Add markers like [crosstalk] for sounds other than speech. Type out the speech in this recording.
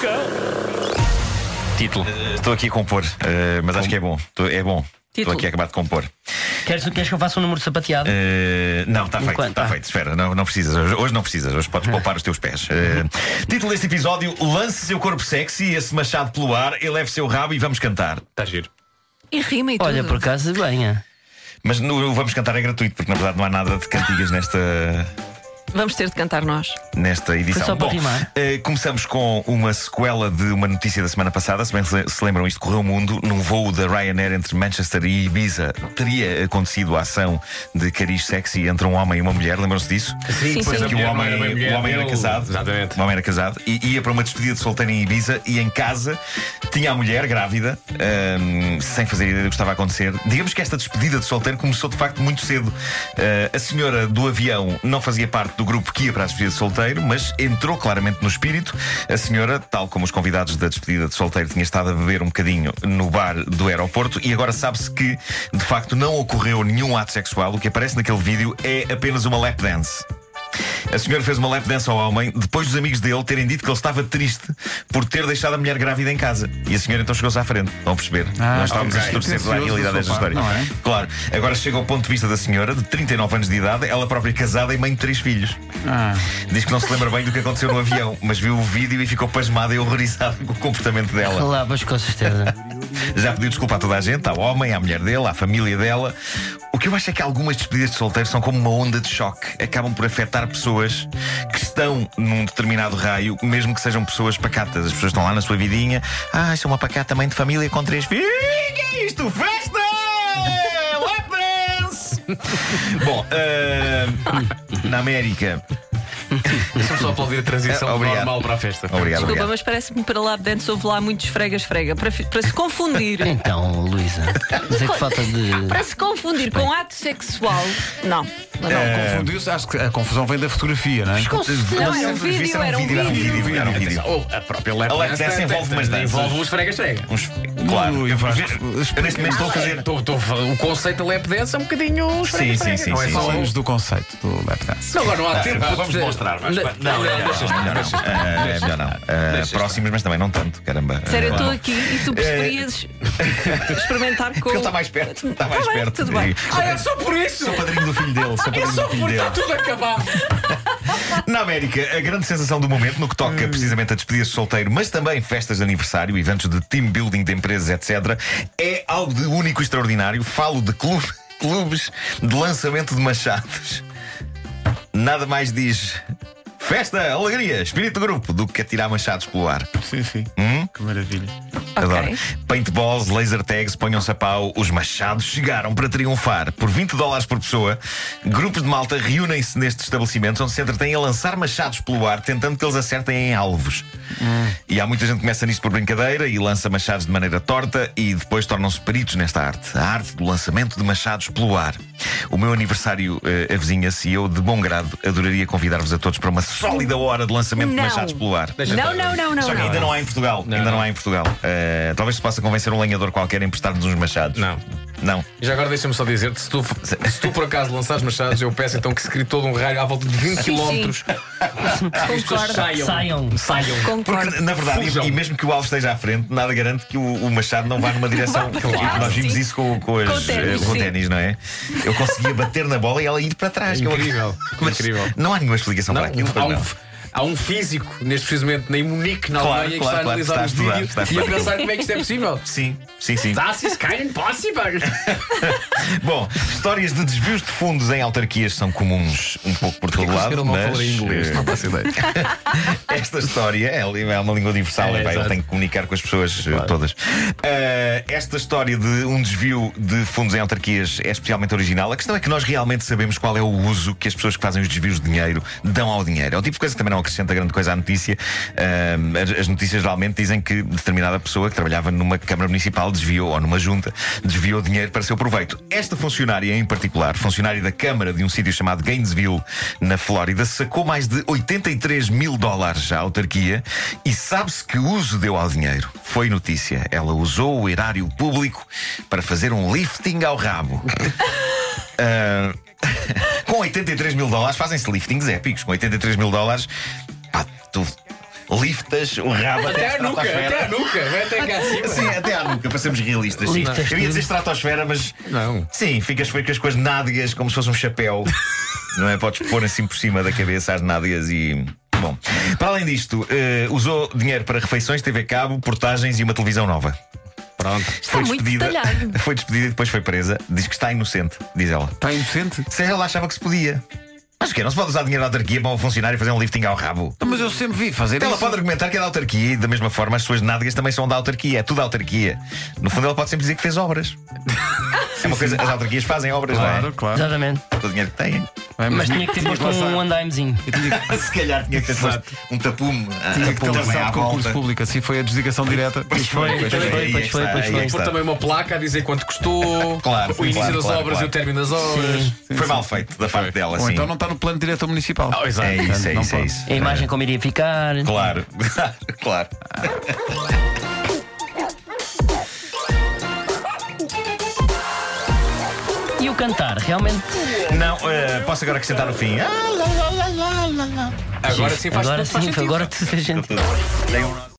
cão. Título. Estou aqui a compor, eh, mas acho que é bom. Estou- é bom. Estou Título. aqui a acabar de compor. Queres, queres que eu faça um número sapateado? Eh, não, está feito, Enquanto, está ah. feito. Espera, não, não precisas. Hoje, hoje não precisas. Hoje podes poupar os teus pés. Eh, título deste episódio: Lance seu corpo sexy, esse machado pelo ar, eleve seu rabo e vamos cantar. Está giro. E rima e É tudo. Olha, por acaso bem, é. Mas no Vamos Cantar é gratuito, porque na verdade não há nada de cantigas nesta, Vamos ter de cantar nós. nesta edição. Foi só para Bom, rimar. eh, começamos com uma sequela de uma notícia da semana passada. Se bem se se lembram, isto correu o mundo. Num voo da Ryanair entre Manchester e Ibiza, teria acontecido a ação de cariz sexy entre um homem e uma mulher. Lembram-se disso? Sim, Pois sim. é, que o mulher não homem, era bem mulher o homem era dele. casado. Exatamente. O homem era casado e ia para uma despedida de solteiro em Ibiza e em casa tinha a mulher grávida, ahm, sem fazer ideia do que estava a acontecer. Digamos que esta despedida de solteiro começou de facto muito cedo. Ah, a senhora do avião não fazia parte do grupo que ia para a despedida de solteiro, mas entrou claramente no espírito. A senhora, tal como os convidados da despedida de solteiro, tinha estado a beber um bocadinho no bar do aeroporto e agora sabe-se que de facto não ocorreu nenhum ato sexual. O que aparece naquele vídeo é apenas uma lap dance. A senhora fez uma lap dance ao homem depois dos amigos dele terem dito que ele estava triste por ter deixado a mulher grávida em casa. E a senhora então chegou-se à frente. Vão perceber. Ah, Nós estávamos ok. a distorcer toda a Atencioso realidade da desta sua história. parte, não é? Claro. Agora chega ao ponto de vista da senhora, de 39 anos de idade, ela própria casada e mãe de três filhos. Ah, Diz que não se lembra bem do que aconteceu no avião, mas viu o vídeo e ficou pasmada e horrorizada com o comportamento dela. Calabas com certeza. Já pediu desculpa a toda a gente, ao homem, à mulher dele, à família dela. O que eu acho é que algumas despedidas de solteiro são como uma onda de choque. Acabam por afetar pessoas que estão num determinado raio, mesmo que sejam pessoas pacatas. As pessoas estão lá na sua vidinha. Ah, sou uma pacata mãe de família com três filhos. Que é isto? Festa! Lap dance! Bom, ah, na América. Deixa-me só aplaudir a transição Eh, obrigado. normal para a festa. Obrigado, Desculpa, obrigado. mas parece-me que para lá de dentro houve lá muitos fregas-frega. Para, fi- para se confundir. [laughs] [laughs] Então, Luísa, mas é que falta Para de. se confundir com ato sexual. Não. Não, É. confundiu-se. Acho que a confusão vem da fotografia, não é? não era um vídeo, era um Era um vídeo. vídeo, era um vídeo. Atenção, ou a própria lap A lap dance dance tem- envolve tem- umas danças. Envolve uns fregas-fregas. Uns- Claro, Ui, eu, Vasco, eu neste momento estou a fazer. Estou- estou a falar- O conceito da lap dance é um bocadinho uns Sim, fregas-fregas, sim, sim, não é sim, só- Falamos do conceito do lap dance. Não, agora não há tempo. vá, vamos demonstrar, Não, mas- não, não, não, deixa estar. Melhor não. Ah, [laughs] é melhor não. Ah, próximos, mas também não tanto, caramba. Sério, eu Ah, estou bom. aqui e tu é [laughs] preferias experimentar com. Porque ele está mais perto. Está mais Tá bem, perto. tudo bem. Ah, é só por isso! Sou padrinho do filho dele, sou É padrinho só do filho por dele. está tudo acabado! Na América, a grande sensação do momento no que Hum. toca precisamente a despedidas de solteiro, mas também festas de aniversário, eventos de team building de empresas, etc., é algo de único e extraordinário. Falo de clube- [laughs] clubes de lançamento de machados. Nada mais diz festa, alegria, espírito de grupo do que atirar machados pelo ar. Sim, sim. Que maravilha. Adoro. Ok. Paintballs, laser tags, ponham-se a pau. Os machados chegaram para triunfar. Por 20 dólares por pessoa, grupos de malta reúnem-se nestes estabelecimentos onde se entretêm a lançar machados pelo ar, tentando que eles acertem em alvos. E há muita gente que começa nisto por brincadeira e lança machados de maneira torta e depois tornam-se peritos nesta arte. A arte do lançamento de machados pelo ar. O meu aniversário eh, avizinha-se e eu, de bom grado, adoraria convidar-vos a todos para uma sólida hora de lançamento de Não. machados pelo ar. Não, não, não, não. Só que não. é. ainda não há em Portugal. ainda não há em Portugal. Eh, talvez se possa convencer um lenhador qualquer a emprestar-nos uns machados. Não. Não. Já agora deixa-me só dizer-te: se tu, se tu por acaso lançares machados, eu peço então que se crie todo um raio à volta de 20 Sim, km. sim. Concordo. Saiam. Saiam. Saiam. Concordo. Porque, na verdade, Fujam. e, e mesmo que o alvo esteja à frente, nada garante que o, o machado não vá numa direção. Vá para Claro, trás, Nós vimos sim. isso com, com, as, Com o ténis, eh, com o sim. ténis, não é? Eu conseguia bater na bola e ela ir para trás. que eu- Incrível, Mas incrível. Não há nenhuma explicação Não, para aquilo. há, pois um, não. há um físico, neste precisamente, na Munique, na Claro, Alemanha, claro, que claro, está a analisar está a os estudar, vídeos está a e a estudar pensar como é que isto é possível. Sim, sim, sim. That is kind of possible. [laughs] Bom, histórias de desvios de fundos em autarquias são comuns um pouco por todo que o lado. senhor não mas, fala em inglês? eh, Não [laughs] Esta história é, li- é uma língua universal, É, é, pá, ele exato. tem que comunicar com as pessoas eh, todas. Eh, esta história de um desvio de fundos em autarquias é especialmente original. A questão é que nós realmente sabemos qual é o uso que as pessoas que fazem os desvios de dinheiro dão ao dinheiro. É o tipo de coisa que também não acrescenta grande coisa à notícia. Ahm, as, as notícias geralmente dizem que determinada pessoa que trabalhava numa Câmara Municipal desviou, ou numa junta, desviou dinheiro para seu proveito. Esta funcionária em particular, funcionária da Câmara de um sítio chamado Gainesville, na Flórida, sacou mais de 83 mil dólares à autarquia e sabe-se que uso deu ao dinheiro. Foi notícia. Ela usou o erário público para fazer um lifting ao rabo. Ah, [laughs] com 83 mil dólares fazem-se liftings épicos. Com 83 mil dólares, pá, tu liftas o rabo até, Até à a nuca, estratosfera. até a nuca, vai até cá acima. Sim, até à nuca, para sermos realistas. Sim. Liftas Eu ia dizer tudo. estratosfera, mas. Não. Sim, ficas, ficas com as nádegas como se fosse um [laughs] chapéu. não é? Podes pôr assim por cima da cabeça as nádegas e. Bom. Para além disto, eh, usou dinheiro para refeições, TV cabo, portagens e uma televisão nova. Pronto. Está muito detalhado. [laughs] foi despedida e depois foi presa. Diz que está inocente, diz ela. Tá. Está inocente? Se ela achava que se podia. Mas o quê? Não se pode usar dinheiro da autarquia para um funcionário fazer um lifting ao rabo? Mas eu sempre vi fazer Ela isso. pode argumentar que é da autarquia e, da mesma forma, as suas nádegas também são da autarquia. É tudo da autarquia. No fundo, ela pode sempre dizer que fez obras. é uma coisa, as autarquias fazem obras, não Claro, é? claro. Exatamente. Todo o dinheiro que têm. É, Mas tinha que ter posto lá está. um andaimezinho. Eu tinha que- Se calhar tinha que ter posto um tapume. ah, Tinha que ter tapume também à lançado concurso volta. público, assim foi a desligação direta. Pois foi, pois Pois foi, foi, aí pois é que foi, está, pois aí é foi. que Pôr está. também uma placa a dizer quanto custou, Claro, o sim, início claro, das claro, obras claro. e o término das obras. Sim. Foi mal feito da parte dela, Ou sim. então não está no plano diretor municipal. Ah, exato. É isso, é Não isso, é pode. isso. A imagem como iria ficar. Claro, [laughs] claro. E o cantar, realmente. Não, eh, posso agora acrescentar no fim. Ah, Agora sim faz, agora faz sim, sentido. agora que se a gente. tudo. Dei um nó.